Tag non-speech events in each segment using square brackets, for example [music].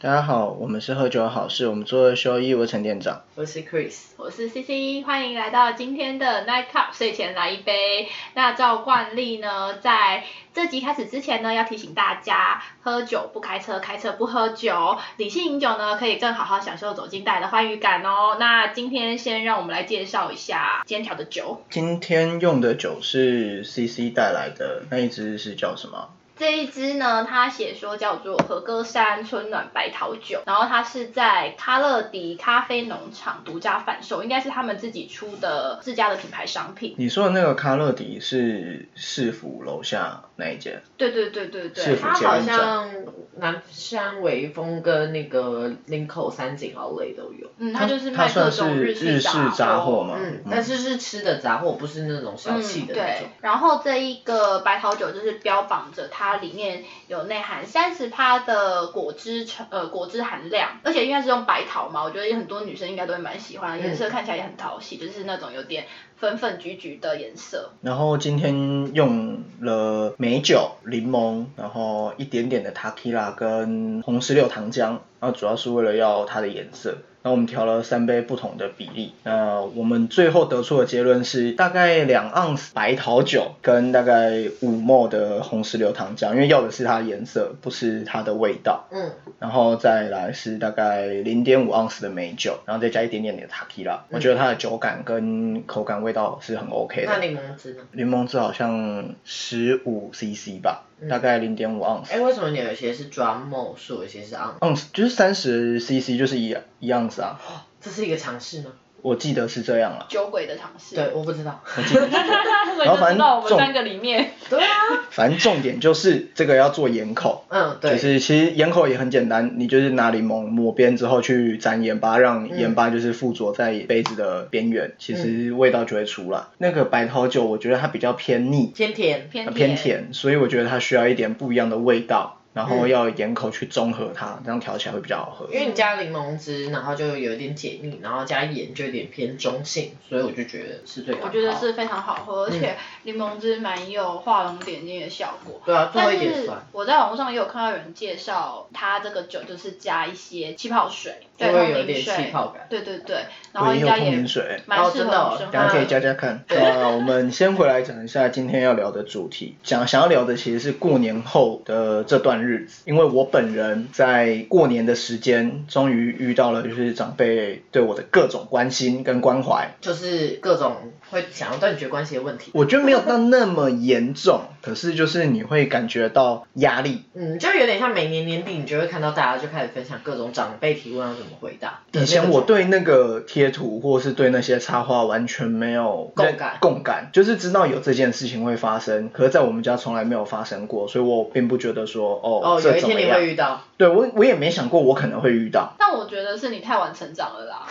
大家好，我们是喝酒好事，我们做二休一，我是陈店长。我是 Chris，我是 CC，欢迎来到今天的 Night Cup 睡前来一杯。那照惯例呢，在这集开始之前呢，要提醒大家，喝酒不开车，开车不喝酒，理性饮酒呢，可以更好好享受走进带来的欢愉感哦。那今天先让我们来介绍一下今天调的酒，今天用的酒是 CC 带来的，那一支是叫什么？这一支呢，它写说叫做和歌山春暖白桃酒，然后它是在卡乐迪咖啡农场独家贩售，应该是他们自己出的自家的品牌商品。你说的那个卡乐迪是市府楼下那一间？对对对对对，是它它好像南山微风跟那个林口三井奥莱都有，嗯，它就是它卖各算种是式式杂杂货嘛？嗯，但是是吃的杂货，不是那种小气嗯，的那对种。，然后这一个白桃酒就是标榜着它里面有内含三十趴的果汁成呃果汁含量，而且因为是用白桃嘛，我觉得有很多女生应该都会蛮喜嗯欢，颜色看起来也很讨喜，就是那种有点粉粉橘橘的颜色。然后今天用了美酒、柠檬，然后一点点的 t a k i l a 跟红石榴糖浆，然后主要是为了要它的颜色。那我们调了三杯不同的比例，那我们最后得出的结论是，大概两盎司白桃酒跟大概五沫的红石榴糖浆，因为要的是它的颜色，不是它的味道。嗯，然后再来是大概零点五盎司的美酒，然后再加一点点的塔 q 拉，我觉得它的酒感跟口感味道是很 OK 嗯那的。柠檬汁呢？柠檬汁好像十五 CC 吧，嗯大概零点五盎哎，司，为什么你有些是装梦数，有些是昂？盎司就是三十 CC 就是一一盎司啊，这是一个尝试吗？我记得是这样啊啦。酒鬼的尝试， [laughs] 对，，我不知道。我然后就反知道正我们重三个里面，对 [laughs] 啊，反正重点就是这个要做盐口，嗯，就 [laughs] 对，是其实盐口也很简单，你就是拿柠檬抹边之后去沾盐巴，让嗯盐巴就是附着在杯子的边缘，其实味道就会出来。那个白桃酒我觉得它比较偏腻，偏甜。偏呃甜，偏甜，所以我觉得它需要一点不一样的味道，然后嗯要盐口去中和它，这样调起来会比较好喝因。为你加柠檬汁，然后就有一点解腻，然后加盐就有点偏中性，所以我就觉得是啊最刚好我觉得。是非常好喝，而嗯且柠檬汁蛮有画龙点睛的效果。对啊，最后但一点是酸。我在网络上也有看到有人介绍，它这个酒就是加一些气泡水，对，就会有通一灵点气水，泡感。对对对，然我后也应有该通也灵水，蛮适哦真合的哦女生等一下可以喝的。加加 [laughs] 看。那我们先回来讲一下今天要聊的主题，讲想要聊的其实是过年后的这段日子，因为我本人在过年的时间，终于遇到了就是长辈对我的各种关心跟关怀，就是各种会想要断绝关系的问题。我觉得没有到那么严重，可是就是你会感觉到压力，嗯，就有点像每年年底，你就会看到大家就开始分享各种长辈提问要怎么回答。以前我对那个贴图或是对那些插画完全没有共认感共感就是知道有这件事情会发生，可是在我们家从来没有发生过，所以我并不觉得说哦哦，有这一怎天么你样。会遇到，对我我也没想过我可能会遇到，但我觉得是你太晚成长了啦。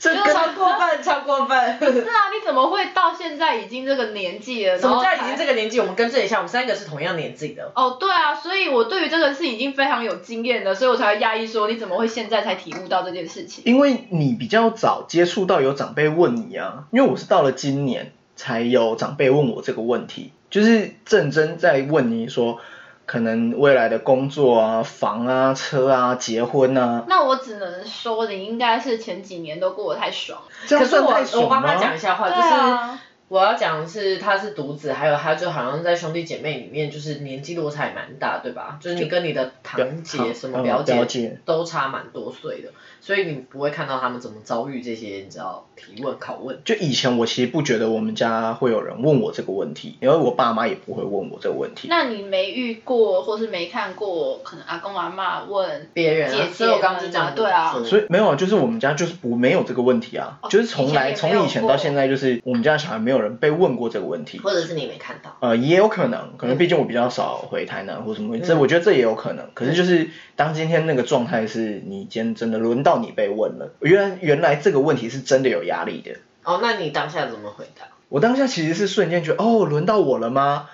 这就跟是超过分，超过分。是啊，你怎么会到现在已经这个年纪 [laughs] 了？什么叫然已后经才这个年纪？我们更正一下，我们三个是同样年纪的。哦，对啊，所以我对于这个是已经非常有经验的，所以我才会压抑说你怎么会现在才体悟到这件事情。因为你比较早接触到有长辈问你啊，因为我是到了今年才有长辈问我这个问题，就是认真在问你说，可能未来的工作啊、房啊、车啊、结婚啊，那我只能说，你应该是前几年都过得太爽了。这可样是算我太我爽帮吗他？讲一下话，对就是啊，我要讲的是他是独子，还有他就好像在兄弟姐妹里面就是年纪落差也蛮大，对吧？就是你跟你的堂姐什么嗯表表姐姐都差蛮多岁的，所以你不会看到他们怎么遭遇这些你知道提问拷问。就以前我其实不觉得我们家会有人问我这个问题，因为我爸妈也不会问我这个问题。那你没遇过或是没看过，可能阿公阿妈问别人、啊，姐姐所以我刚刚就讲们啊对啊所以没有，就是我们家就是不没有这个问题啊，哦就是从来以前也没有从以前到现在，就是我们家小孩没有人被问过这个问题。哦或者是你没看到，呃，也有可能，可能嗯毕竟我比较少回台南或什么，嗯这我觉得这也有可能。可是就是当今天那个状态是你今天真的轮到你被问了，原来原来这个问题是真的有压力的。哦，那你当下怎么回答？ [laughs] 我当下其实是瞬间觉得，哦，轮到我了吗？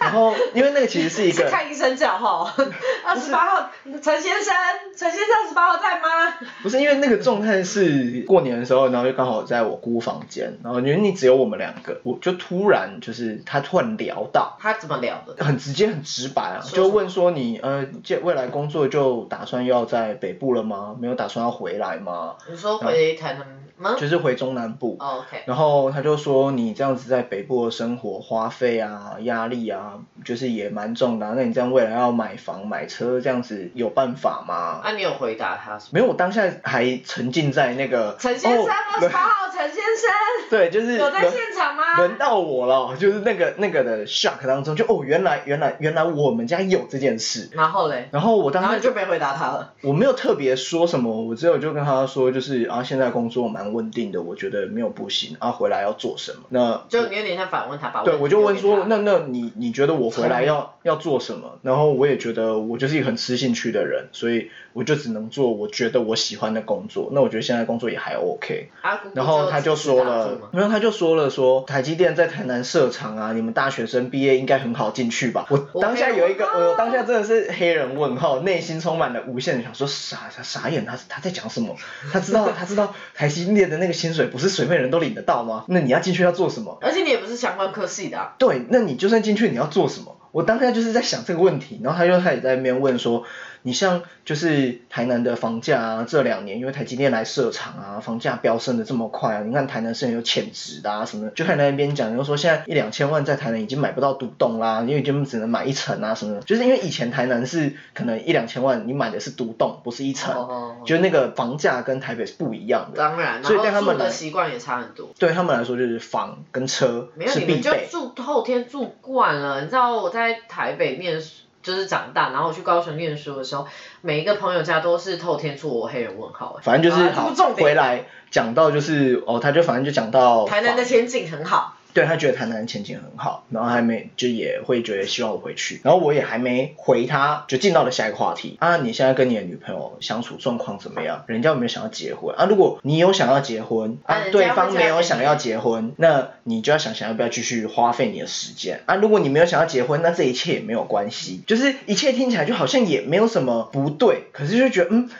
然后因为那个其实是一去个，看医生叫号， [laughs] 二十八号陈先生，陈先生二十八号在吗？不是因为那个状态是过年的时候，然后就刚好在我姑房间，然后因为你只有我们两个，我就突然就是他突然聊到。他怎么聊的？很直接、很直白啊，说什就么问说你呃，这未来工作就打算要在北部了吗？没有打算要回来吗？你说回台嗯南吗就是回中南部。哦？OK，然后他就说你这样子在北部的生活花费啊、压力啊，就是也蛮重的啊、那你这样未来要买房、买车这样子有办法吗？啊那你有回答他什么？没有，我当下还沉浸在那个陈先生哦二十八号，陈先生对，就是有在轮现场吗？轮到我了，就是那个那个的 shock 当中，就哦，原来原来原来我们家有这件事。然后嘞，然后我当然后时你就没回答他了。我没有特别说什么，我只有就跟他说，就是啊，现在工作蛮稳定的，我觉得没有不行，啊，回来要做什么？那就你有点像反问他吧？对，我就问说，问那那你你觉得我回来要要做什么？然后我也觉得我就是一个很吃兴趣的人，所以我就只能做我觉得我喜欢的工作。那我觉得现在工作也还 OK。阿啊姑姑然后他就说自己打住了吗，没有，他就说了说台积电在台南设厂啊，你们大学生毕业应该很好进去吧？我我当下有一个，没有啊我当下真的是黑人问号，内心充满了无限的想说傻傻傻眼，他他在讲什么？他知道他知道台积电的那个薪水不是随便人都领得到吗？那你要进去要做什么？而且你也不是相关科系的啊，对，那你就算进去，你要做什么？我当下就是在想这个问题，然后他就开始在那边问说，你像就是台南的房价啊，这两年因为台积电来设厂啊，房价飙升的这么快啊，你看台南是很有潜质的啊什么的，就开始在那边讲，就说现在一两千万在台南已经买不到独栋啦，因为已经只能买一层啊什么的，就是因为以前台南是可能一两千万你买的是独栋，不是一层，哦啊哦哦就是那个房价跟台北是不一样的，当然，所以对然他后们住来的习惯也差很多。对他们来说就是房跟车没有，是你必们就备。住后天住惯了。你知道我在台北念书，就是长大，然后我去高雄念书的时候，每一个朋友家都是透天厝，我黑人问号、欸。反正就是啊这好不重点回来讲到就是哦，他就反正就讲到台南的房前景很好，对他觉得台南的前景很好，然后还没就也会觉得希望我回去，然后我也还没回他，就进到了下一个话题啊，你现在跟你的女朋友相处状况怎么样？人家有没有想要结婚啊？如果你有想要结婚啊啊人，家对会方这没样有跟想你要结婚，那你就要想想要不要继续花费你的时间啊。如果你没有想要结婚，那这一切也没有关系，就是一切听起来就好像也没有什么不对，可是就觉得嗯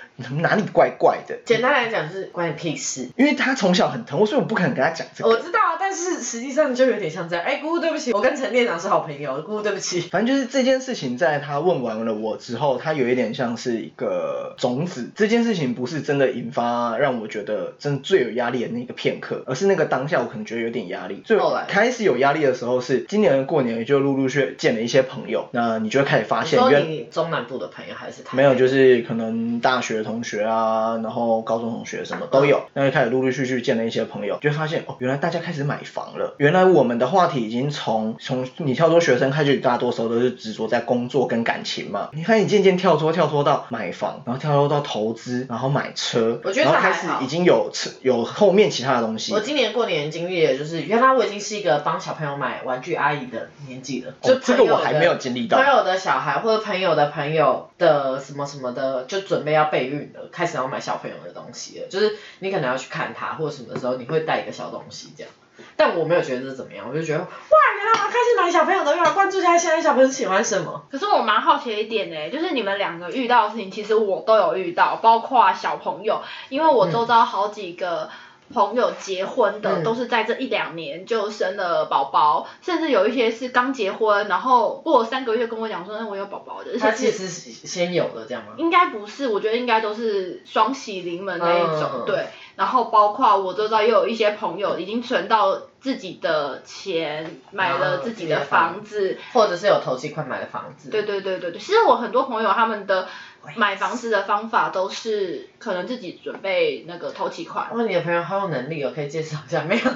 哪里怪怪的，简单来讲就是关你屁事。因为他从小很疼我，所以我不可能跟他讲这 [laughs] 我个。知道啊，但是实际上就有点像这样。哎、姑姑对不起，我跟陈店长是好朋友，姑姑对不起。反正就是这件事情，在他问完了我之后，他有一点像是一个种子。这件事情不是真的引发让我觉得真的最有压力的那个片刻，而是那个当下我可能觉得有点压力。最后来开始有压力的时候是今年过年，也就陆陆续续见了一些朋友，那你就会开始发你现说原。你中南部的朋友还是台没北有，就是可能大学同学啊，然后高中同学什么都嗯有，那就开始陆陆续续见了一些朋友，就会发现哦，原来大家开始买房了。原来我们的话题已经从从你跳脱学生开始，大多时候都是执着在工作跟感情嘛。你看你渐渐跳脱跳脱到买房，然后跳脱到投资，然后买车，我觉然得后这开还始好已经有吃有后面其他的东西。我今年过年经历的就是，原来我已经是一个帮小朋友买玩具阿姨的年纪了。就哦这个朋友我还的没有经历到朋友的小孩或者朋友的朋友的什么什么的，就准备要备孕了，开始要买小朋友的东西了。就是你可能要去看他，或者什么的时候，你会带一个小东西这样。但我没有觉得这怎么样，我就觉得哇，原来我要开始买小朋友的，又要关注一下现在小朋友喜欢什么。可是我蛮好奇的一点呢、就是你们两个遇到的事情，其实我都有遇到，包括小朋友，因为我周遭好几个朋友结婚的，嗯都是在这一两年就生了宝宝，甚至有一些是刚结婚，然后过了三个月跟我讲说，那我有宝宝的，他 [laughs] 而其且实是先有的这样吗？应该不是，我觉得应该都是双喜临门那一种，嗯对。然后包括我周遭也有一些朋友已经存到自己的钱，买了嗯自己自己的的房房子，或者是有头期款买的房子？对对对对对，其实我很多朋友他们的买房子的方法都是可能自己准备那个头期款，哇，你的朋友好有能力哦，可以介绍一下没有？ [laughs]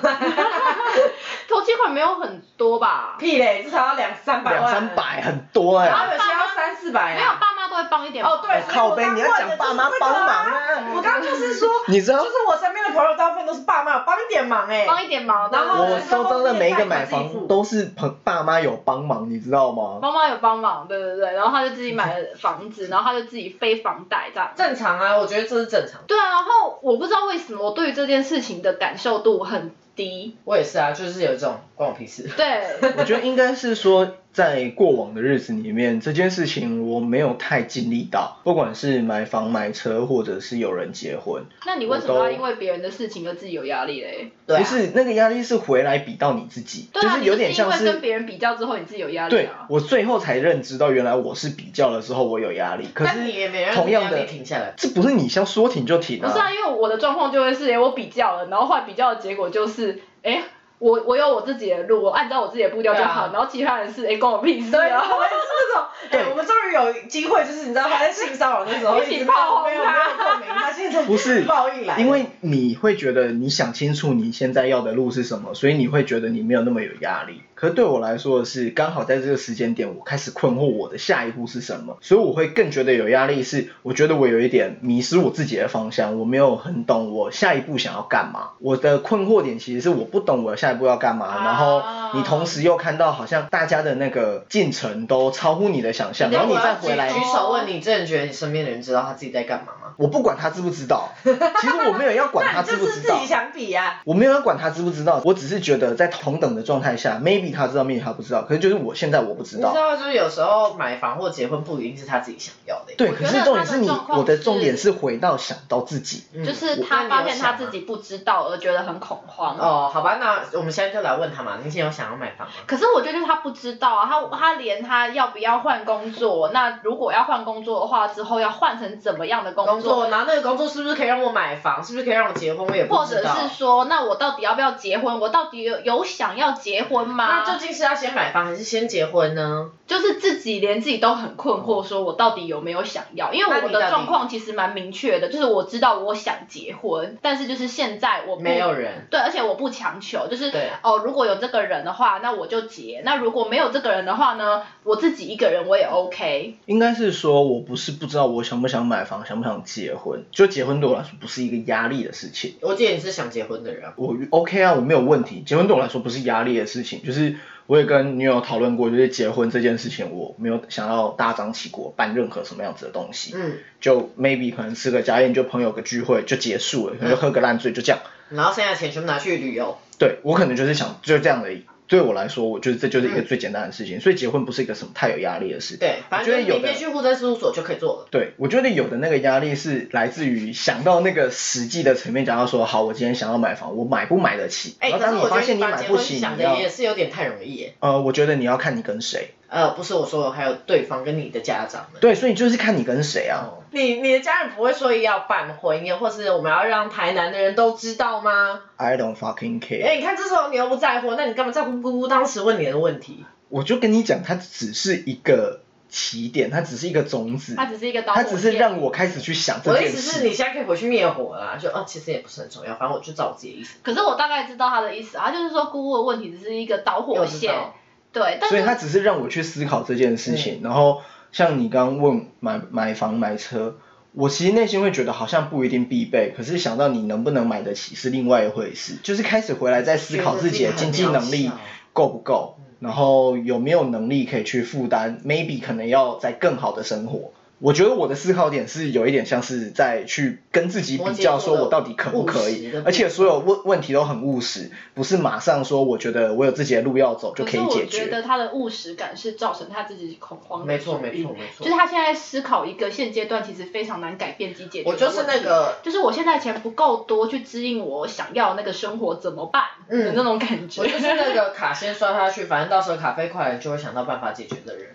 头期款没有很多吧？屁嘞，至少要两三百两万，三，百很多哎、然后有些要三四百、啊，没有，爸妈都会帮一点。哦对，哦靠背所以我刚你要讲爸妈帮忙啊问的就是这个啊我刚刚就是说， [laughs] 你知道就是我身边的朋友大部分都是爸妈帮一点忙哎、帮一点忙，然后对我对对周遭的每一个买自己付房都是朋爸妈有帮忙，你知道吗？妈妈有帮忙，对对对，然后他就自己买了房子，然后他就自己背房贷这样。正常啊，我觉得这是正常。对啊，然后我不知道为什么我对于这件事情的感受度很低，我也是啊，就是有这种关我屁事。 [laughs] 对， [laughs] 我觉得应该是说，在过往的日子里面，这件事情我没有太经历到，不管是买房、买车，或者是有人结婚，那你为什么要因为别人的事情而自己有压力嘞？对啊不是那个压力是回来比到你自己，对就啊，是有点像你就是因为是。跟别人比较之后，你自己有压力对啊。我最后才认知到，原来我是比较了之后我有压力，可是但你也没让同样压力的，停下来。这不是你像说停就停不是啊，因为我的状况就会是，哎，我比较了，然后后来比较的结果就是，哎，我我有我自己的路，我按照我自己的步调就对好，啊然后其他人是，哎，关我屁事对， [laughs] 我也啊。是这种。哎、我们终于有机会，就是你知道他在性骚扰那时候 [laughs] 一起一直炮轰没有没有共鸣，他现 [laughs] 在不是报应来了，因为你会觉得你想清楚你现在要的路是什么，所以你会觉得你没有那么有压力。可对我来说的是，刚好在这个时间点，我开始困惑我的下一步是什么，所以我会更觉得有压力是。我觉得我有一点迷失我自己的方向，我没有很懂我下一步想要干嘛。我的困惑点其实是我不懂我下一步要干嘛，啊然后你同时又看到好像大家的那个进程都超乎你的想象，那然后我你再要回来啊举举手问你，真的觉得你身边的人知道他自己在干嘛吗？我不管他知不知道，其实我没有要管他 [laughs] 那你知就不是知自道己。想比啊。我没有要管他知不知道，我只是觉得在同等的状态下，maybe 他知道，maybe 他不知道，可是就是我现在我不知你知道。道，就是有时候买房或结婚不一定是他自己想要的。对，我觉可得是重点是你，他的状况我的重点是是回到想到自己。嗯，就是那他你发有现他想吗自己不知道而觉得很恐慌。哦，好吧，那我们现在就来问他嘛，你现在有想要买房吗？可是我觉得就是他不知道啊，他他连他要不要换工作，那如果要换工作的话，之后要换成怎么样的工工作，然后那个工作是不是可以让我买房？是不是可以让我结婚？我也不或知者道。是说，那我到底要不要结婚？我到底有有想要结婚吗？那究竟是要先买房还是先结婚呢？就是自己连自己都很困惑，说我到底有没有想要？因为那我你到的底状况其实蛮明确的，就是我知道我想结婚，但是就是现在我不没有人。对，而且我不强求，就是对哦，如果有这个人的话，那我就结；那如果没有这个人的话呢，我自己一个人我也 OK。应该是说，我不是不知道我想不想买房，想不想结婚。就结婚对我来说不是一个压力的事情，我记得你是想结婚的人啊，我 OK 啊，我没有问题。结婚对我来说不是压力的事情，就是我也跟女友讨论过，就是结婚这件事情，我没有想要大张旗鼓办任何什么样子的东西。嗯，就 maybe 可能吃个家宴，就朋友个聚会就结束了，可能就喝个烂醉就这样。然后剩下的钱全部拿去旅游，对我可能就是想就这样而已。对我来说，我觉得这就是一个最简单的嗯事情，所以结婚不是一个什么太有压力的事。对，我反觉得正就有明的天，去户政事务所就可以做了。对我觉得有的那个压力是来自于想到那个实际的层面，讲到说，好，我今天想要买房，我买不买得起？哎，然后可是当我发觉得现你你把买结不婚起，想你的要也是有点太容易耶。呃，我觉得你要看你跟谁。呃，不是我说，还有对方跟你的家长们。对，所以就是看你跟谁啊。哦你你的家人不会说要办婚宴，或是我们要让台南的人都知道吗？ I don't fucking care。哎、你看这时候你又不在乎，那你干嘛在乎姑姑当时问你的问题？我就跟你讲，它只是一个起点，它只是一个种子，它只是一个导火嗯它线，只是让我开始去想这我的意件思事。是你现在可以回去灭火啦，就哦，其实也不是很重要，反正我就照我自己的意思。可是我大概知道他的意思啊，他就是说姑姑的问题只是一个导火我知线道，对，但所以是他只是让我去思考这件事情。然后像你刚刚问买买房买车，我其实内心会觉得好像不一定必备，可是想到你能不能买得起是另外一回事，就是开始回来再思考自己的经济能力够不够，然后有没有能力可以去负担，maybe 可能要在更好的生活。我觉得我的思考点是有一点像是在去跟自己比较，说我到底可不可摩羯座的务实以的部，分而且所有问问题都很务实，不是马上说我觉得我有自己的路要走就可可是以我解觉决。得他的务实感是造成他自己恐慌的没错主因没错没错就是他现在思考一个现阶段其实非常难改变及解决的我问题。就是那个，就是我现在钱不够多去支应我想要的那个生活怎么办嗯的那种感觉。我就是那个卡先刷下去，反正到时候卡飞快了就会想到办法解决的人。 [laughs]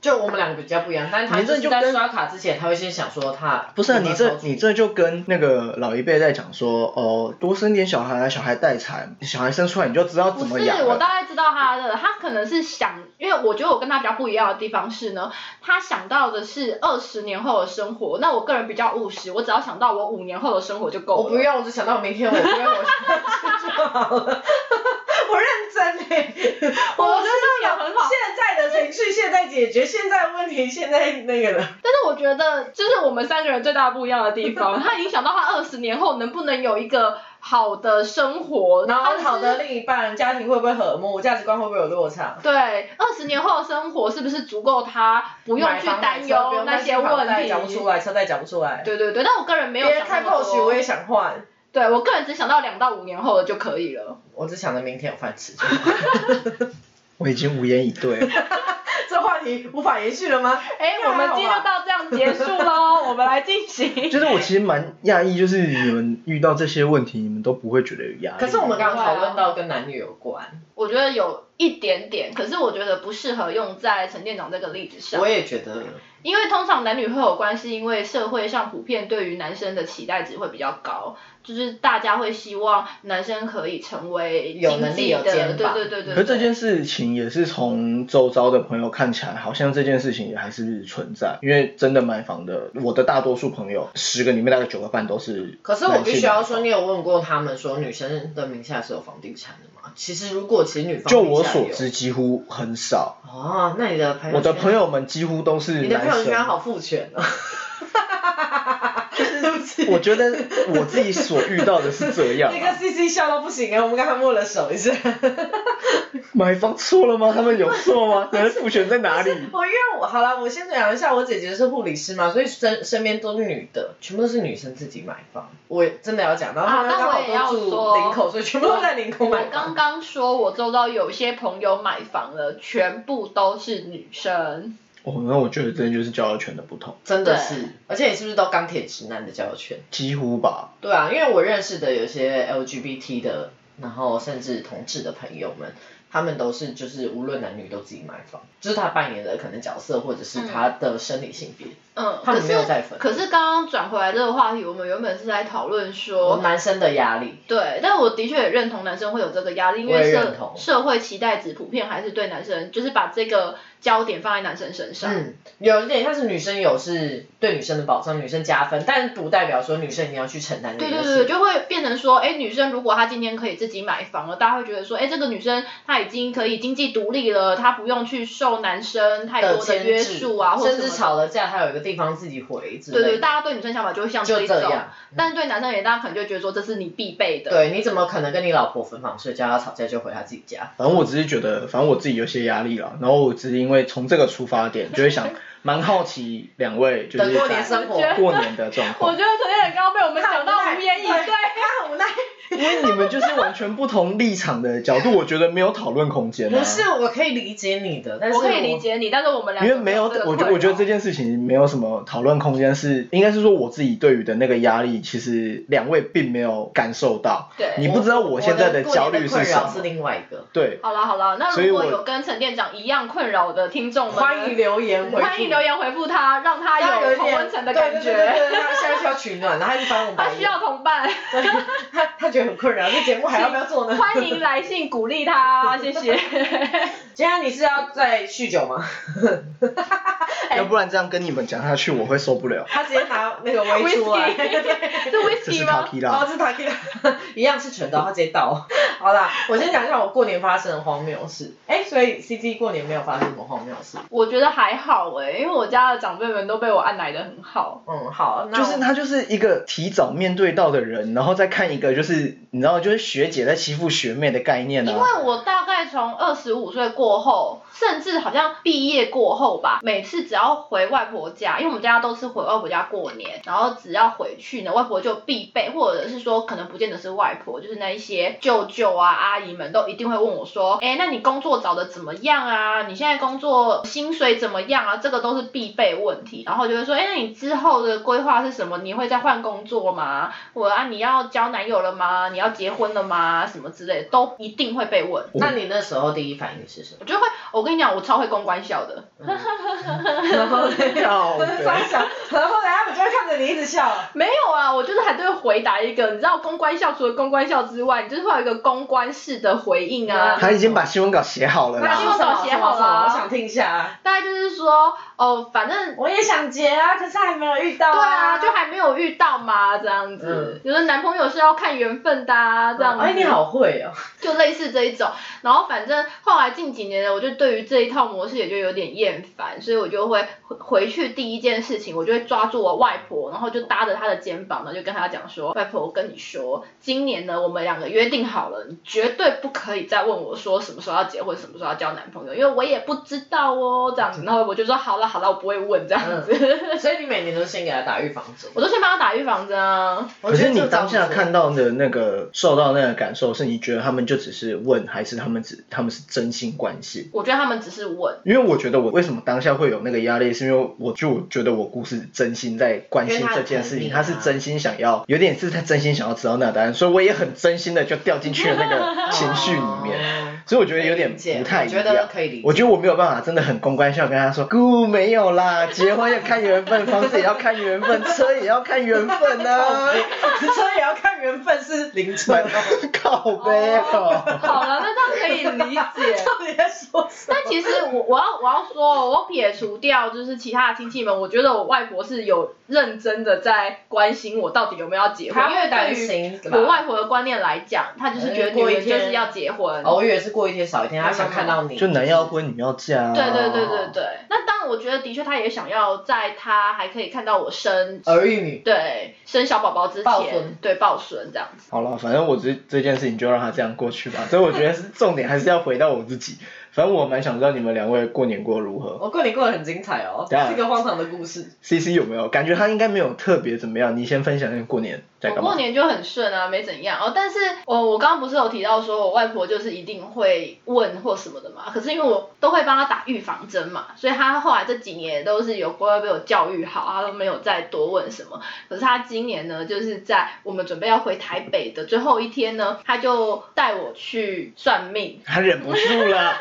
就我们两个比较不一样，但是他你这就是就在跟刷卡之前，他会先想说他不是、啊、有没你有这超出你这就跟那个老一辈在讲说，哦，多生点小孩，小孩带财，小孩生出来你就知道不怎是么养，我了。大概知道他的，他可能是想，因为我觉得我跟他比较不一样的地方是呢，他想到的是二十年后的生活，那我个人比较务实，我只要想到我五年后的生活就够了。我不用，我只想到明天我不用我去就 [laughs] 好了。我认真 [laughs] 嘞、我我觉是得这那样种很好现在的情绪现在解决，现在的问题现在那个的。但是我觉得，就是我们三个人最大不一样的地 [laughs] 方，他影响到他二十年后能不能有一个好的生活，然后他好的是。另一半家庭会不会和睦，价值观会不会有落差？对，二十年后的生活是不是足够他不不用去担忧那些问题？讲不出来，车贷讲不出来。对对对，但我个人没有别人想开那么 POS 我也多。想换，对我个人只想到两到五年后的就可以了。 [laughs] 我只想着明天有饭吃就好。我已经无言以对了。这话题无法延续了吗？哎，我们今天就到这样结束喽， [laughs] 我们来进行。就是我其实蛮讶异，就是你们遇到这些问题，你们都不会觉得有压力。可是我们刚刚讨论到跟男女有关，我觉得有一点点，可是我觉得不适合用在陈店长这个例子上我，也觉得因为通常男女会有关，是因为社会上普遍对于男生的期待值会比较高，就是大家会希望男生可以成为有能经力济有的，对肩膀对对对。可是这对件事情也是从周遭的朋友看起来，好像这件事情也还是存在，因为真的买房的，我的大多数朋友十个里面大概九个半都是。可是我必须要说，你，有问过他们说女生的名下是有房地产的吗？其实如果其实女方就名我下所有知几乎很少，哦，那你的朋友我的圈朋友们几乎都是你的男朋友圈生。好父权 [laughs] 哦。对不起，我觉得我自己所遇到的是这样啊、 [laughs] 那个 C C 笑到不行哎，我们刚才握了手一下。买房错了吗？他们有错 [laughs] 吗？你的父权在哪里？我哦因为我好了，我先讲一下，我姐姐是护理师嘛，所以身身边都是女的，全部都是女生自己买房。我真的要讲，然后她啊们那刚我也要好都住说林口，所以全部都在林口买我刚房。刚说，我周遭有些朋友买房了，全部都是女生。哦，那 [laughs] 我觉得这就是交友圈的不同，真的对是，而且你是不是都钢铁直男的交友圈？几乎吧。对啊，因为我认识的有些 LGBT 的，然后甚至同志的朋友们，他们都是就是无论男女都自己买房，就是他扮演的可能角色或者是他的生理性别，嗯，他可们没是有在分可是刚刚转回来这个话题，我们原本是在讨论我说，男生的压力。对，但我的确也认同男生会有这个压力，因我也为认社同社会期待值普遍还是对男生，就是把这个焦点放在男生身上。嗯，有一点像是女生有是对女生的保障，女生加分，但不代表说女生一定要去承担这对个对事。对，对就会变成说，哎，女生如果她今天可以自己买房了，大家会觉得说，哎，这个女生她已经可以经济独立了，她不用去受男生太的多的牵约制束啊，或者甚至什么的吵了架，还有一个地方自己回之类对的。对，大家对女生想法就会像就一这种样，但是对男生而言，大家可能就会觉得说这是你必备的。对，你怎么可能跟你老婆分房睡觉，要吵架就回她自己家？反正我只是觉得，反正我自己有些压力了，然后我只是因为从这个出发点，就会想蛮好奇两位就是等过年在生活我觉得过年的状我 [laughs] 况觉，得陈建仁刚刚被我们讲到无言以对，他很无奈。因为你们就是完全不同立场的角度，我觉得没有讨论空间、啊。不是，，我可以理解你的，但是我可以理解你，但是我们两因个为没有，这个我觉困我觉得扰这件事情没有什么讨论空间是，应该是说我自己对于的那个压力，其实两位并没有感受到，对你不知道我现在的焦虑是是困什扰么，是另外一个。对，好了好了，那所以如果我有跟陈店长一样困扰的听众们呢，欢迎留言回复，欢迎留言回复他，让他他有一同点温层的感对对对觉，对对他现在需要取暖，然后他一直翻我他白需 [laughs] 眼，要同伴，他他觉得很困扰，这节目还要不要做呢？欢迎来信鼓励他，谢谢。 [laughs] 今天你是要再酗酒 [laughs] 吗？哎要不然这样跟你们讲下去我会受不了。他直接拿那个威出来， Whisky 是这是 Whisky 塔吗？皮然后拉，是他给他一样是全刀，他直接 [laughs] 倒。好啦，我先讲一下我过年发生的荒谬事。哎，所以 C G 过年没有发生什么荒谬事。我觉得还好哎、因为我家的长辈们都被我按奶的很好。嗯，好，那就我是他就是一个提早面对到的人，然后再看一个就是你知道就是学姐在欺负学妹的概念因啊。为我大概从二十五岁过后，甚至好像毕业过后吧，每次只要回外婆家，因为我们家都是回外婆家过年，然后只要回去呢，外婆就必备，或者是说可能不见得是外婆，就是那一些舅舅啊、阿姨们都一定会问我说，哎，那你工作找的怎么样啊？你现在工作薪水怎么样啊？这个都是必备问题，然后就会说，哎，那你之后的规划是什么？你会再换工作吗？我啊，你要交男友了吗？你要结婚了吗？什么之类的都一定会被问。那你那时候第一反应是什么？我就会，我跟你讲，我超会公关笑的。然后呢？哦靠分三北小，然后呢，他们就会看着你一直笑。没有啊，我就是还都会回答一个，你知道公关笑除了公关笑之外，你就是会有一个公关式的回应嗯啊。他已经把新闻稿写好了那那新你啦。闻为什么写好了啊我想听一下啊。大概就是说，哦，反正我也想结啊，可是还没有遇到对啊，啊。嗯就还没有遇到嘛，这样子。有的男朋友是要看缘分的啊，这样子。哎，你好会哦。就类似这一种。然后反正后来近几年呢，我就对于这一套模式也就有点厌烦，所以我就会回回去第一件事情，我就会抓住我外婆婆，然后就搭着她的肩膀，然后就跟她讲说，外婆，我跟你说，今年呢，我们两个约定好了，你绝对不可以再问我说什么时候要结婚，什么时候要交男朋友，因为我也不知道哦，这样子。然后我就说好了好了，我不会问这样子， [laughs] 所以你每年都先给他打预防针。我都先帮她打预防针啊。我可觉是得你这个当照下顾看到的那个受到那个感受，是你觉得他们就只是问，还是他们只他们是真心关心？我觉得他们只是问，因为我觉得我为什么当下会有那个压力，是因为我就觉得我姑是真心在关因心为她这件事疼情，你啊她是真心想要，有点是她真心想要知道那个答案，所以我也很真心的就掉进去了那 [laughs] 个情绪里面。面所以我觉得有点哦理解不太一我样，觉得可以理解我觉 [laughs] 得我没有办法真的很公关笑跟他说，姑没有啦，结婚要看缘分，房子也要看缘分，车也要看缘分 [laughs] 啊。所以也要看缘分是零车买哦。 [laughs] 靠背哦。好了，那这样可以理 [laughs] 解。到底在说什么？但其实我我要我要说，哦我撇除掉就是其他的亲戚们，我觉得我外婆是有认真的在关心我到底有没有要结婚，她因会为担对于心吧哎我外婆的观念来讲，她就是觉得女人就是要结婚。哦，我以为是过一天少一天，他想看到你。就男要婚，女要嫁、啊。对对对对对，那当然，我觉得的确，她也想要在她还可以看到我生儿育，对生小宝宝之呃抱前孙，对抱孙这样子。好了，反正我这这件事情就让它这样过去吧。所以我觉得是重点还是要回到我自己。反正我蛮想知道你们两位过年过如何。我过年过得很精彩哦，对啊是一个荒唐的故事。 C C 有没有感觉他应该没有特别怎么样？你先分享一下过年在我干哦过嘛？年就很顺啊，没怎样哦。但是，哦，我刚刚不是有提到说我外婆就是一定会问或什么的嘛？可是因为我都会帮她打预防针嘛，所以她后来这几年都是有乖乖被我教育好，她都没有再多问什么。可是她今年呢，就是在我们准备要回台北的最后一天呢，她就带我去算命。他忍不住 [laughs] 了，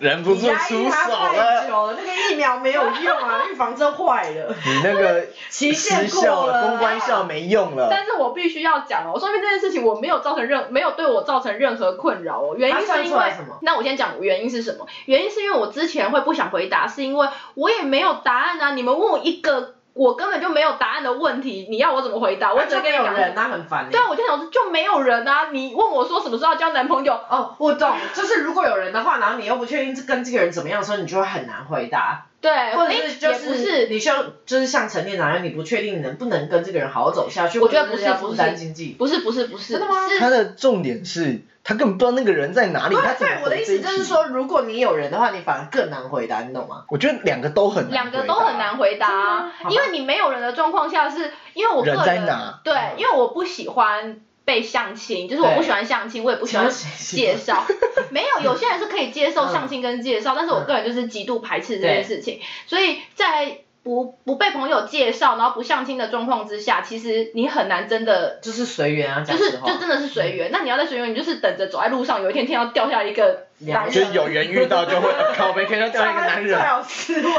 忍不住出手啊太了。久了，那个疫苗没有用啊，预防针坏了，你那个期失限过效了啊公关笑没用了。但是我必须要讲哦，我说明这件事情我没有造成任没有对我造成任何困扰哦，原因他是啊算因出为来什么那我先讲原因是什么？原因是因为我之前会不想回答，是因为我也没有答案啊。你们问我一个我根本就没有答案的问题，你要我怎么回答？我我只觉能得跟你有讲。人啊，很烦欸对啊，我就想说就没有人啊！你问我说什么时候要交男朋友，哦，我懂，就是如果有人的话，然后你又不确定这跟这个人怎么样的时候，你就会很难回答，对，或者诶是就也不是是你像就是像成年男人，你不确定能不能跟这个人好好走下去，我觉得或者不是要不负是担经济。不是不是不是，真的吗是他的重点是，他根本不知道那个人在哪里，他怎么对，我的回意这一思就是题，说，如果你有人的话，你反而更难回答，你懂吗？我觉得两个都很难两个回都答很难回答啊真的吗好，吧因为你没有人的状况下是，因为我个人在人哪对嗯，因为我不喜欢被相亲，就是我对不喜欢相亲，我也不喜欢请问谁喜介欢 [laughs] 绍。没有，有些人是可以接受嗯相亲跟介绍，但是我嗯个人就是极度排斥这件事情，所以在。不不被朋友介绍，然后不相亲的状况之下，其实你很难真的就是随缘啊，讲就是实话。就真的是随嗯缘。那你要在随缘，你就是等着走在路上，有一天天要掉下一个两男个就是人，有人遇到就会 [laughs] 靠背，可以啊掉一个男人最。好四位，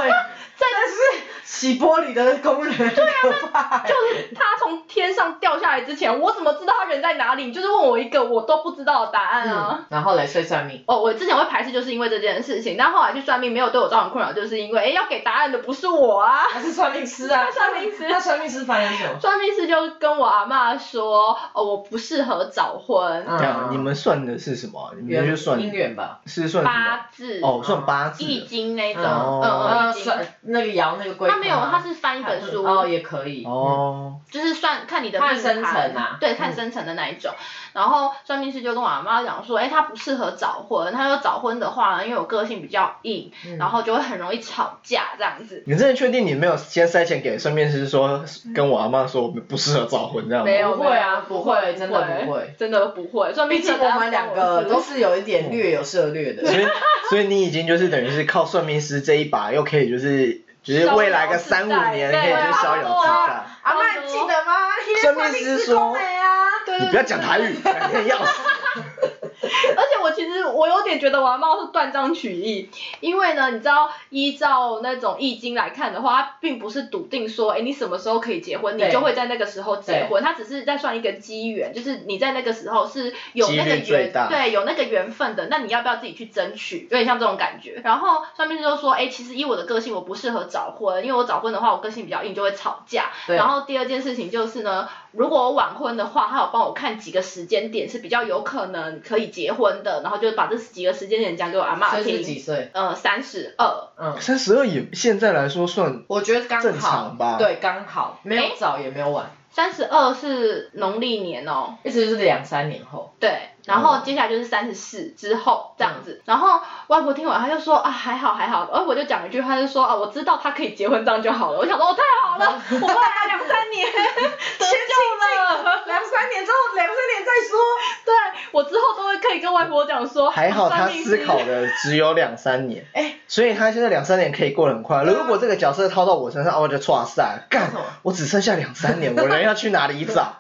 但是洗玻璃的工人很可怕 [laughs] 欸。就是他从天上掉下来之前，我怎么知道他人在哪里？你就是问我一个我都不知道的答案啊。嗯，然后来睡算命，哦，我之前会排斥，就是因为这件事情。但后来去算命，没有对我造成困扰，就是因为，哎，要给答案的不是我啊。他是算命师啊，他算命师那算命师发生什么？算命师就跟我阿妈说，哦，我不适合早婚，嗯这样你们算的是什么啊？你们就算姻缘吧。是算什么？八字、哦，算八字易经那种，嗯嗯呃，嗯，易经。算那个摇那个龟。他没有，他是翻一本书，哦，也可以。哦，就是算看你的看命生盘辰啊对，看生辰的那一种。然后算命师就跟我阿妈讲说，哎，他不适合早婚，他说早婚的话呢，因为我个性比较硬，嗯，然后就会很容易吵架这样子。你真的确定你没有先塞钱给算命师说跟我阿妈说我们不适合早婚这样吗？没有，不会啊没有不会真的不会，真的不会。算命毕师竟我们两个都是有一点略有涉略的。所以所以你已经就是等于是靠算命师这一把，又可以就是就是未来个三五年可以就逍遥自在。啊阿妈，你记得 [laughs] 吗？算命师说没啊。对你对不要对。讲台语， [laughs] 感觉要死。 [laughs] 而且我其实我有点觉得我阿妈是断章取义，因为呢，你知道依照那种易经来看的话，它并不是笃定说，哎，你什么时候可以结婚，对你就会在那个时候结婚，它只是在算一个机缘，就是你在那个时候是有那个几率最缘，大对，有那个缘分的，那你要不要自己去争取？有点像这种感觉。然后算命师就说，哎，其实以我的个性，我不适合早婚，因为我早婚的话，我个性比较硬，就会吵架。对然后第二件事情就是呢，如果我晚婚的话，他有帮我看几个时间点是比较有可能可以结婚的，然后就把这几个时间点讲给我阿所嬷以是听。几岁？呃，三十二，嗯，三十二也现在来说算我觉得刚正好常，吧对，刚好，没有早也没有晚，三十二是农历年哦。意思就是两三年后。对，然哦后接下来就是三十四之后这样嗯子，然后外婆听完，她就说啊还好还好，外婆就讲一句，她就说啊我知道他可以结婚这样就好了，我想说哦太好了，我爸他两三 [laughs] 年得救了，两三年之后，两三年再说。 [laughs] 对我之后都会可以跟外婆讲哦说，啊还好，算他命思是考的只有两三年，哎，啊所以他现在两三年可以过得很快。如果这个角色套到我身上，我就哇塞，干为什么，我只剩下两三年，我人要去哪里 [laughs] 找？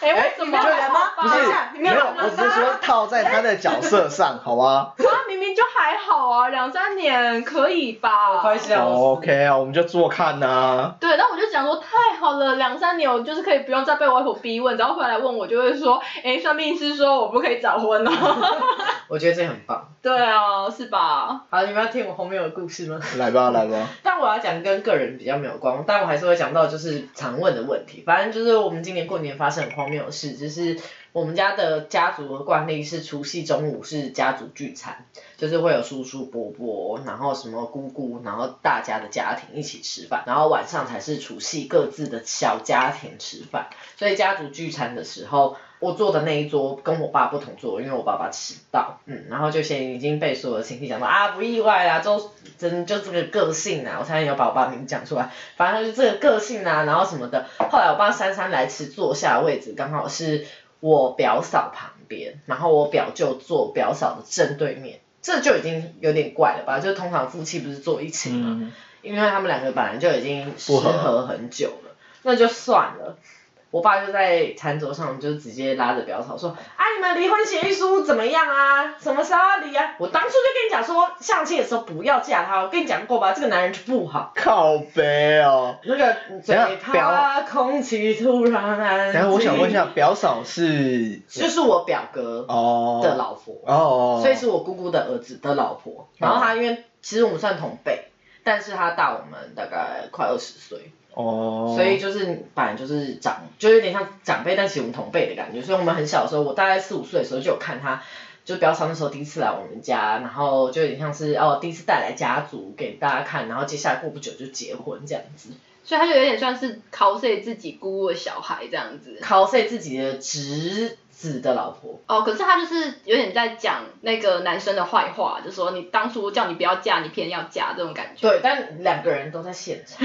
哎为什你么没有人吗？爸不爸是等一下，啊你没没有有人，吗我只是说套在他的角色上，好 [laughs] 吗他啊明明就还好啊，两三年可以吧？我快笑死。 ？OK 啊，我们就做看呐。对，那我就讲说太好了，两三年我就是可以不用再被外婆逼问，只要回来问我就会说，哎，算命师说我不可以早婚 [laughs] 哦。我觉得这很棒。对啊，是吧？好，你们要听我后面的故事吗？来吧，来 [laughs] 吧。但我要讲跟个人比较没有关，但我还是会讲到就是常问的问题。反正就是我们今年过年发生很荒谬的事，就是我们家的家族的惯例是除夕中午是家族聚餐，就是会有叔叔伯伯，然后什么姑姑，然后大家的家庭一起吃饭，然后晚上才是除夕各自的小家庭吃饭。所以家族聚餐的时候，我坐的那一桌跟我爸不同桌，因为我爸爸迟到，嗯，然后就先已经被所有的亲戚讲说啊不意外啦，就真就这个个性啊，我差点有把我爸名讲出来，反正他就这个个性啊，然后什么的。后来我爸姗姗来迟，坐下的位置刚好是我表嫂旁边，然后我表舅坐表嫂的正对面，这就已经有点怪了吧？就通常夫妻不是坐一起吗？嗯，因为他们两个本来就已经失不合和很久了，那就算了。我爸就在餐桌上就直接拉着表嫂说：“啊，你们离婚协议书怎么样啊？什么时候要离啊？我当初就跟你讲说，相亲的时候不要嫁他，我跟你讲过吧，这个男人就不好。靠背哦。那个嘴等一下怕空气突然安静。然后我想问一下，表嫂是就是我表哥哦的老婆。哦哦，所以是我姑姑的儿子的老婆。然后他因为其实我们算同辈，但是他大我们大概快二十岁，哦，所以就是本来就是长，就有点像长辈，但其实我们同辈的感觉。所以我们很小的时候，我大概四五岁的时候就有看他。就表嫂那时候第一次来我们家，然后就有点像是哦第一次带来家族给大家看，然后接下来过不久就结婚这样子，所以他就有点算是 cos 自己姑姑的小孩这样嗯子。考 o 自己的侄子的老婆，哦，可是他就是有点在讲那个男生的坏话，就说你当初叫你不要嫁，你偏要嫁这种感觉。对，但两个人都在现 [laughs] 场，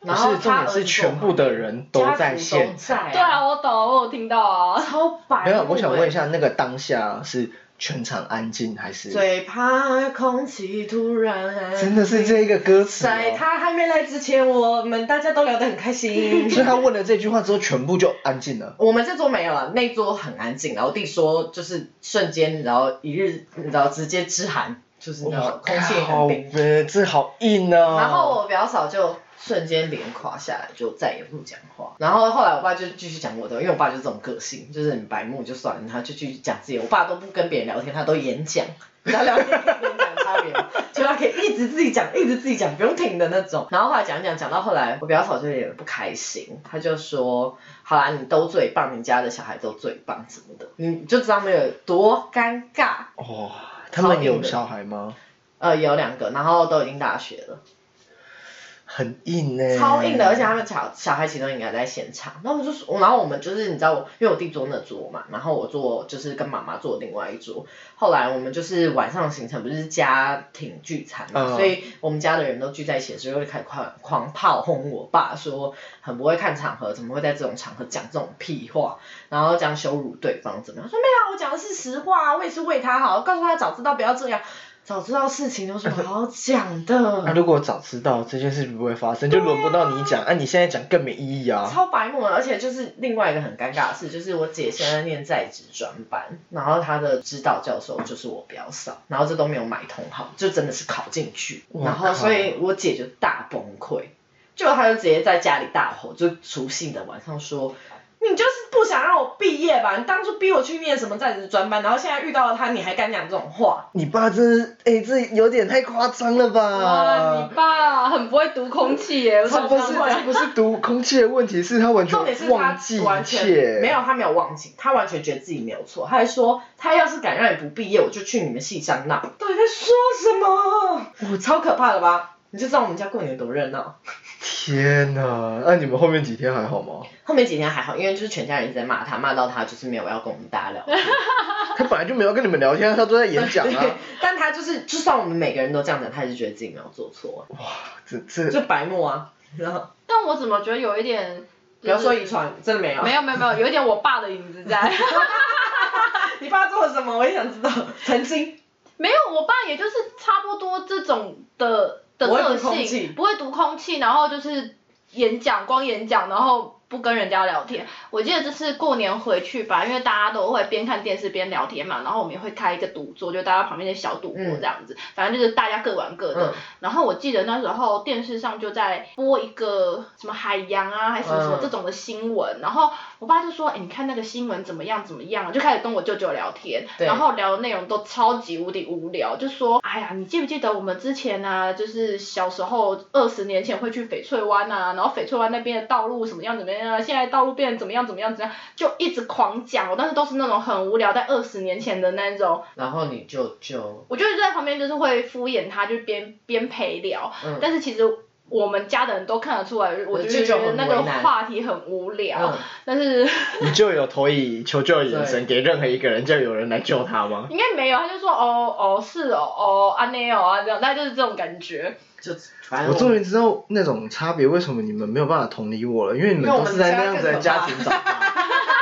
不然后是他重儿点子是全坐部旁的人都在现场。场对啊，我懂，我有听到啊。超白。欸没有，我想问一，下，那个当下是全场安静还是？最怕空气突然安静真的是这一个歌词、哦。在他还没来之前，我们大家都聊得很开心。所以他问了这句话之后，全部就安静了。 [laughs] 我们这桌没有了，那桌很安静。然后弟说，就是瞬间，然后一日，然后直接之寒，就是你知道，空气很冰。呃，这好硬哦。然后我表嫂就瞬间脸垮下来，就再也不讲话。然后后来我爸就继续讲我的，因为我爸就是这种个性，就是很白目就算了，他就继续讲自己的。我爸都不跟别人聊天，他都演讲，你知道聊天跟演讲的差别吗？就他可以一直自己讲，一直自己讲，不用停的那种。然后后来讲一讲讲到后来，我表嫂就有点不开心，他就说：“好啦，你都最棒，你家的小孩都最棒什么的。”你就知道没有多尴尬。哦，他们有小孩吗？呃，有两个，然后都已经大学了。很硬欸呢。超硬的，而且他们小小孩其中应该在现场，然后我就说，然后我们就是你知道我，因为我弟坐那桌嘛，然后我坐就是跟妈妈坐另外一桌。后来我们就是晚上行程不是家庭聚餐嘛，嗯所以我们家的人都聚在一起的时候，就开始狂狂炮轰我爸，说很不会看场合，怎么会在这种场合讲这种屁话，然后这样羞辱对方怎么样？他说没有啊，我讲的是实话啊，我也是为他好，告诉他早知道不要这样，早知道事情有什么好讲的。那如果早知道这件事不会发生，就轮不到你讲，啊，你现在讲更没意义啊。超白目的，而且就是另外一个很尴尬的事，就是我姐现在念在职专班，然后她的指导教授就是我表嫂，然后这都没有买通好，就真的是考进去，哇然后靠所以我姐就大崩溃，就她就直接在家里大吼，就除夕的晚上说。你就是不想让我毕业吧？你当初逼我去念什么在职专班，然后现在遇到了他，你还敢讲这种话？你爸真是，哎、这有点太夸张了吧？哇，你爸很很不会读空气耶，我呃他不是他不是读空气的问题，是他完全重点是忘他记一完全切，没有，他没有忘记，他完全觉得自己没有错。他还说，他要是敢让你不毕业，我就去你们系上闹。到底在说什么？我超可怕的吧？你就知道我们家过年多热闹。天哪！那、你们后面几天还好 [laughs] 吗？后面几天还好，因为就是全家人一直在骂他，骂到他就是没有要跟我们大聊。他本来就没有跟你们聊天，他都在演讲对啊！但他就是，就算我们每个人都这样讲，他还是觉得自己没有做错，啊这这就白目啊。然后但我怎么觉得有一点，不要说遗传，真的没啊有。没有没有没有，有一点我爸的影子在。你爸做了什么？我也想知道。曾经，没有，我爸也就是差不多这种的的不会读个空气性，不会读空气，然后就是演讲，光演讲，然后不跟人家聊天。我记得这次过年回去吧，因为大家都会边看电视边聊天嘛，然后我们也会开一个赌桌，就大家旁边的小赌博嗯这样子，反正就是大家各玩各的。嗯然后我记得那时候电视上就在播一个什么海洋啊，还是什么什么嗯这种的新闻，然后我爸就说：“哎、你看那个新闻怎么样怎么样啊？”就开始跟我舅舅聊天，对然后聊的内容都超级无敌无聊，就说：“哎呀，你记不记得我们之前啊，就是小时候二十年前会去翡翠湾啊，然后翡翠湾那边的道路怎么样怎么样啊，现在道路变得怎么样怎么样怎么样，就一直狂讲。我当时都是那种很无聊，在二十年前的那种，然后你就就我就是在旁边就是会敷衍他，就边边陪聊，嗯但是其实。”我们家的人都看得出来，我就是觉得那舅舅很个为难话题很无聊，嗯，但是你就有投以求救的眼神给任何一个人，就有人来救他吗？应该没有，他就说哦哦是哦哦啊那哦啊这样，大概就是这种感觉。就反我正终于知道那种差别，为什么你们没有办法同理我了？因为你们因为都我们是在那样子的家家更庭长大，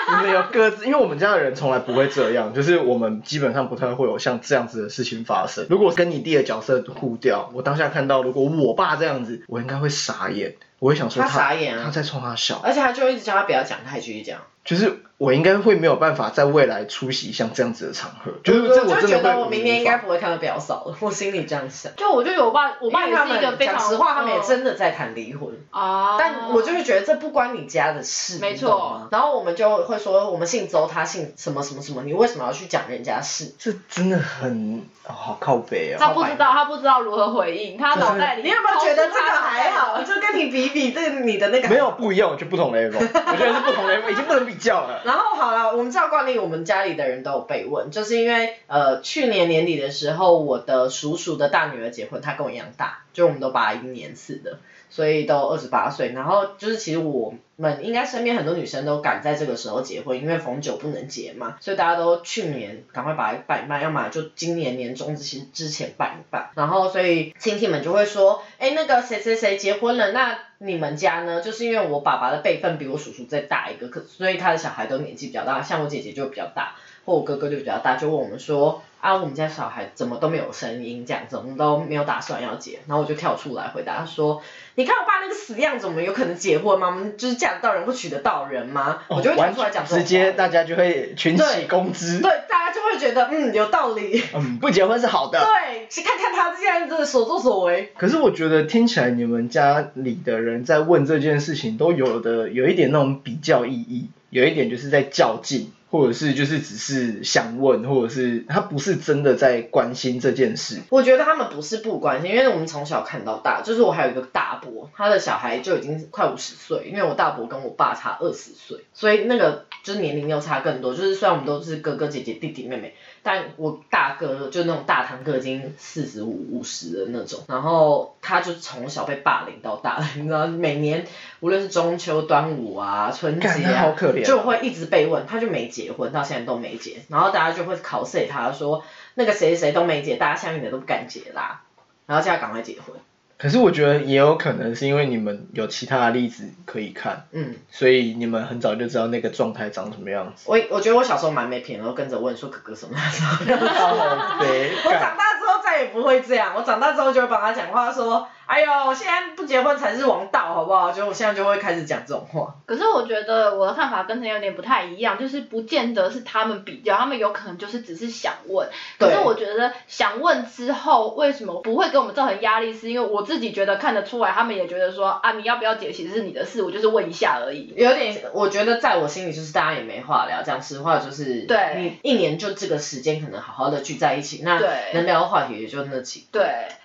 你们有各自，因为我们家的人从来不会这样，就是我们基本上不太会有像这样子的事情发生。如果跟你弟的角色互调，我当下看到如果我爸这样子，我应该会傻眼，我会想说他傻眼啊他在冲他笑，而且他就一直叫他不要讲，他还继续讲。就是我应该会没有办法在未来出席像这样子的场合，就是这我真的就觉得会我明年无应法该不会看到表嫂了，我心里这样想。就我就有我爸，我爸因也为他是们一个非常讲实话，他们也嗯真的在谈离婚。啊，但我就会觉得这不关你家的事，没你错懂吗然后我们就会说，我们姓周，他姓什么什么什么，你为什么要去讲人家事？这真的很、哦好靠北哦。他不知道，他不知道如何回应，他就是脑袋里你有没有觉得这个还好？就跟你比比，这你的那个没。有不一样，就不同 [laughs] level，我觉得是不同 level，已经不能比较了。然后好了，我们照惯例，我们家里的人都有被问，就是因为呃去年年底的时候，我的叔叔的大女儿结婚，她跟我一样大，就我们都八一年次的，所以都二十八岁。然后就是其实我们应该身边很多女生都赶在这个时候结婚，因为逢九不能结嘛，所以大家都去年赶快把它摆卖，要么就今年年中之前之前办一办。然后所以亲戚们就会说，哎，那个谁谁谁结婚了，那你们家呢？就是因为我爸爸的辈分比我叔叔再大一个，可所以他的小孩都年纪比较大，像我姐姐就比较大，或我哥哥就比较大，就问我们说。啊，我们家小孩怎么都没有声音，这样怎么都没有打算要结，然后我就跳出来回答说：“你看我爸那个死样子，我们有可能结婚吗？我们就是嫁得到人会娶得到人吗？” [laughs] 我就会跳哦完出来讲这种直接话大家就会群起攻之。对，大家就会觉得嗯有道理。嗯，不结婚是好的。对， [laughs] 去看看他这样子的所作所为。可是我觉得听起来你们家里的人在问这件事情，都有的有一点那种比较意义，有一点就是在较劲，或者是就是只是想问，或者是他不是真的在关心这件事。我觉得他们不是不关心，因为我们从小看到大，就是我还有一个大伯，他的小孩就已经快五十岁，因为我大伯跟我爸差二十岁，所以那个就是年龄又差更多。就是虽然我们都是哥哥姐姐、弟弟妹妹，但我大哥就那种大堂哥已经四十五、五十的那种，然后他就从小被霸凌到大，你知道，每年无论是中秋、端午啊、春节干他啊，好可怜啊就会一直被问，他就没结婚，到现在都没结，然后大家就会 cos 他说那个谁谁都没结，大家相应的都不敢结啦，然后现在赶快结婚，可是我觉得也有可能是因为你们有其他的例子可以看，嗯，所以你们很早就知道那个状态长什么样 [laughs] 子。我我觉得我小时候蛮没品的，然后跟着问说哥哥什么时候要结好悲我干长大之后再也不会这样，我长大之后就会帮他讲话说，哎呦，现在不结婚才是王道，好不好？就我现在就会开始讲这种话。可是我觉得我的看法跟陈有点不太一样，就是不见得是他们比较，他们有可能就是只是想问。可是对我觉得想问之后，为什么不会给我们造成压力？是因为我自己觉得看得出来，他们也觉得说啊，你要不要解其实是你的事，我就是问一下而已。有点，我觉得在我心里就是大家也没话聊，讲实话就是，对你一年就这个时间可能好好的聚在一起，那对能聊的话题也就那几个。对。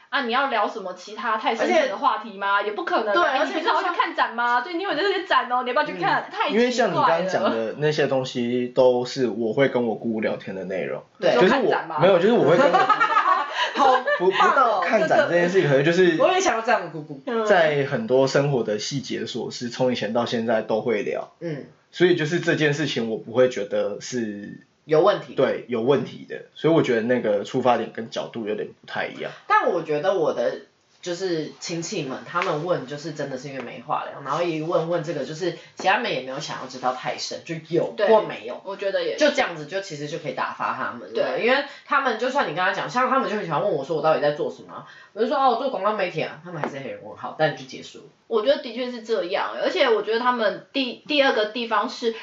啊，你要聊什么其他太深沉的话题吗？也不可能啊。对哎而你且平就常像嗯要去看展吗？对，你有这些展哦，你要不要去看？太因为像你奇怪刚刚讲了，的那些东西，都是我会跟我姑姑聊天的内容。对就是看展吗我没有，就是我会跟我好不不到看展这件事情，可能就是我也想要这样的姑姑。嗯在很多生活的细节琐事，从以前到现在都会聊。嗯，所以就是这件事情，我不会觉得是有问题。。对有问题的，所以我觉得那个出发点跟角度有点不太一样。但我觉得我的就是亲戚们，他们问就是真的是因为没话聊，然后一问问这个就是其他们也没有想要知道太深，就有对或没有。我觉得也就这样子，就其实就可以打发他们了。对因为他们就算你跟他讲，像他们就很喜欢问我说我到底在做什么啊，我就说哦，我做广告媒体啊，他们还是黑人问号，但就结束了。我觉得的确是这样，而且我觉得他们第第二个地方是，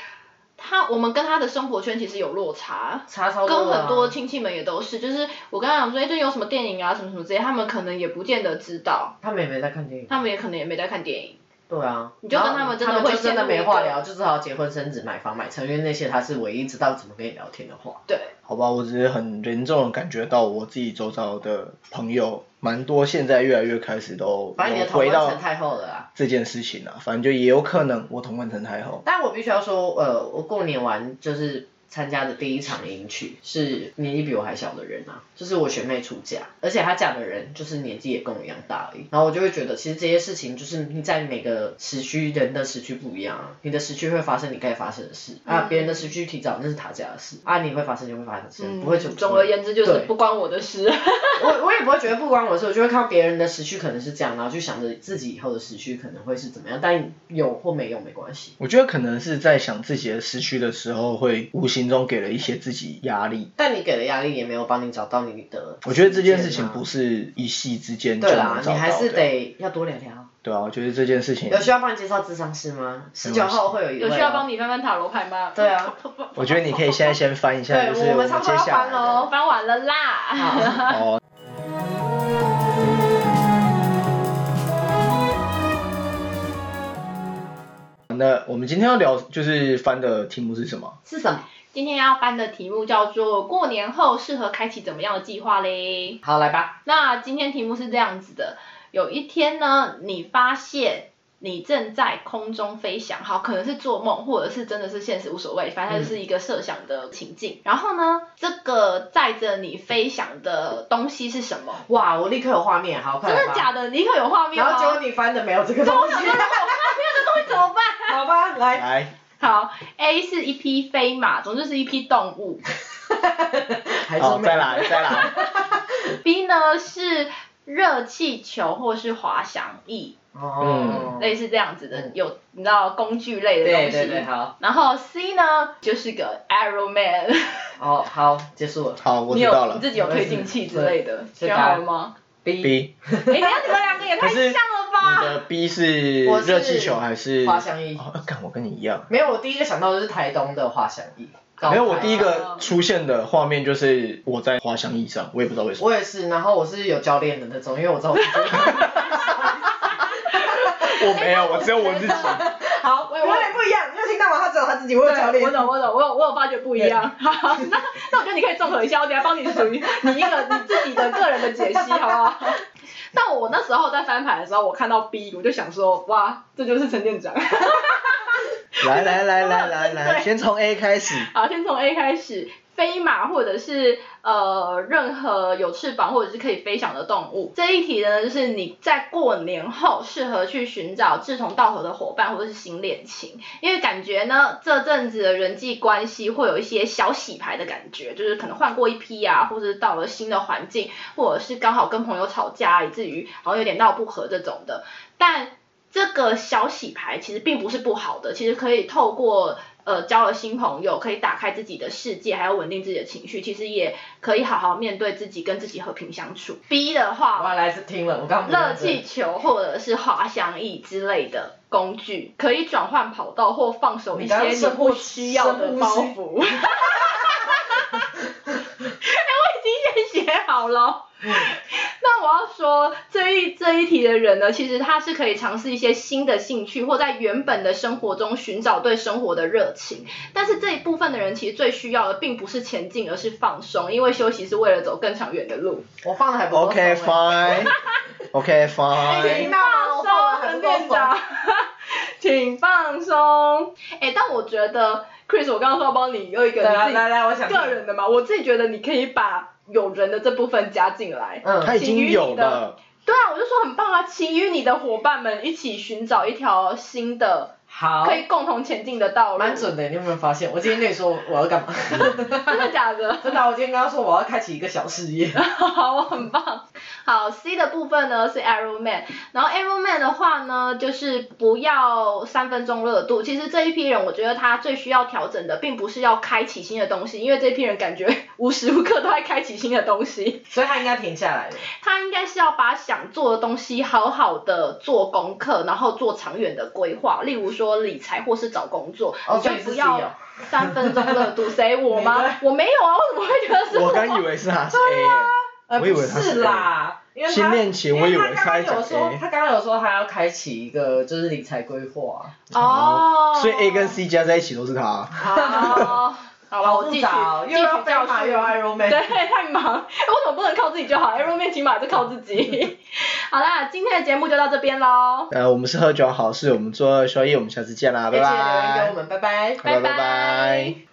他我们跟他的生活圈其实有落差。差超跟多了啊很多亲戚们也都是，就是我跟他讲说，哎、最近有什么电影啊，什么什么之类，他们可能也不见得知道，他们也没在看电影，他们也可能也没在看电影。对啊，你就跟他们真的会就真的陷入一没个话聊，就只好结婚、生子、买房、买车，因为那些他是唯一知道怎么跟你聊天的话。对，好吧，我只是很严重的感觉到我自己周遭的朋友，蛮多现在越来越开始都反正你有的头回温到层太厚了啦。这件事情啊，反正就也有可能我同温层太厚。但我必须要说，呃，我过年完就是参加的第一场迎娶，是年纪比我还小的人啊，就是我学妹出嫁，而且她嫁的人就是年纪也跟我一样大而已。然后我就会觉得，其实这些事情就是你在每个时区人的时区不一样啊，你的时区会发生你该发生的事啊，别人的时区提早那是他家的事啊，你会发生就会发生的事，嗯不会就总而言之就是对不关我的事。我我也不会觉得不关我的事，我就会看到别人的时区可能是这样，然后就想着自己以后的时区可能会是怎么样，但有或没有没关系。我觉得可能是在想自己的失去的时候，会无形中给了一些自己压力。但你给的压力也没有帮你找到你的。我觉得这件事情不是。是一夕之间就对能啦，找你到还是的。得要多聊聊。对啊，我觉得这件事情有，需要帮你介绍智商师吗？十九号会有一位、 [laughs] 哦有需要帮。你翻翻塔罗牌吗？对 [laughs] 啊，我觉得你可以现在先翻一下，对就是我们差接不多要下来翻哦咯的我翻完了啦。哦。那我们今天要聊就是翻的题目是什么？是什么？今天要翻的题目叫做“过年后适合开启怎么样的计划嘞”。好，来吧。那今天题目是这样子的：有一天呢，你发现你正在空中飞翔，好，可能是做梦，或者是真的是现实，无所谓，反正它就是一个设想的情境。嗯然后呢，这个载着你飞翔的东西是什么？哇，我立刻有画面，好，快真来的吧假的？你可有画面然吗？后结果你翻的没有这个东西。会怎么办？好吧，来。来，好，A 是一匹飞马，总之是一匹动物。还好，真没再有。来，再来。 [laughs] B 呢是热气球或是滑翔翼，哦。类似这样子的嗯，有你知道工具类的东对西。对对，好。然后 C 呢，就是个 Arrow Man， [laughs] 哦，好，结束了。好，我你知有道你了。自己有推进器之类的，是选好了吗？ B。 B，哎，你看你们两个也太可像是了你嗯吧！的 B 是我是热气球还是滑翔翼哦，干，我跟你一样。没有，我第一个想到的是台东的滑翔翼。啊没有，我啊第一哦个出现的画面就是我在滑翔翼上，我也不知道为什么。我也是，然后我是有教练的那种，因为我知道我自己。我 [laughs] 没有，我只有我自己。 [laughs] 好，我有点不一样，你有听到吗？他只有他自己，我有教对，练我。懂我懂，我有我有发觉不一样。 [laughs] 好，那那我觉得你可以综合一下，我等下帮你属于 [laughs] 你一个你自己的个人的解析，好不好？ [laughs] 但我那时候在翻牌的时候，我看到 B，我就想说，哇，这就是陈店长。 [laughs] 来来来来来来，对先从 A 开始。好，先从 A 开始，飞马或者是呃任何有翅膀或者是可以飞翔的动物。这一题呢，就是你在过年后适合去寻找志同道合的伙伴或者是新恋情，因为感觉呢这阵子的人际关系会有一些小洗牌的感觉，就是可能换过一批啊，或者是到了新的环境，或者是刚好跟朋友吵架，以至于好像有点闹不和这种的，但。这个小洗牌其实并不是不好的，其实可以透过呃交了新朋友，可以打开自己的世界，还有稳定自己的情绪，其实也可以好好面对自己，跟自己和平相处。B 的话，我来是听了，我刚刚不认热真气球或者是滑翔翼之类的工具，可以转换跑道或放手一你些刚刚你深不呼需要的深呼包吸袱。 [laughs] 嗯哎、我已经先写好了。那我要说这一这一题的人呢，其实他是可以尝试一些新的兴趣，或在原本的生活中寻找对生活的热情。但是这一部分的人其实最需要的并不是前进，而是放松，因为休息是为了走更长远的路。我放的还不够 OK 松欸 fine。OK 哎 fine，你那我放放得还松，不够店长， [laughs] 请放松。哎，但我觉得 Chris，我刚刚说要帮你又一个对你啊，自己来来，我想听个人的嘛，我自己觉得你可以把有人的这部分加进来。他嗯，已经有了。对啊，我就说很棒啊，请与你的伙伴们一起寻找一条新的好可，以共同前进的道路。蛮，准的，你有没有发现？我今天跟你说我要干 [laughs] 嘛？真的假的？真的啊，我今天跟他说我要开启一个小事 [laughs] 业。好，我很棒。好，C 的部分呢是 Arrow Man，然后 Arrow Man 的话呢，就是不要三分钟热度。其实这一批人，我觉得他最需要调整的，并不是要开启新的东西，因为这一批人感觉无时无刻都在开启新的东西。所以他应该停下来了。他应该是要把想做的东西好好的做功课，然后做长远的规划，例如说理财或是找工作，哦你就所以你是不 C 哦要三分钟热度。谁我 [laughs] 吗？我没有啊，我怎么会觉得是我刚以为是 [laughs] 他是 A，呃，我以为不他是是啦，因为他新恋情我以为因他他在刚刚有讲说 A 他刚刚有说他要开启一个就是理财规划。哦，所以 A 跟 C 加在一起都是他。好， [laughs] 好吧，我复继续杂哦继又要续飞教马又要训。 Iron Man。对，太忙， [laughs] 为什么不能靠自己就好？哎，肉面起码还是靠自己。 [laughs] 好啦，今天的节目就到这边喽，呃，我们是喝酒好事，我们做二休一，我们下次见啦，也拜记得留言给我拜。们，拜拜。拜拜拜拜。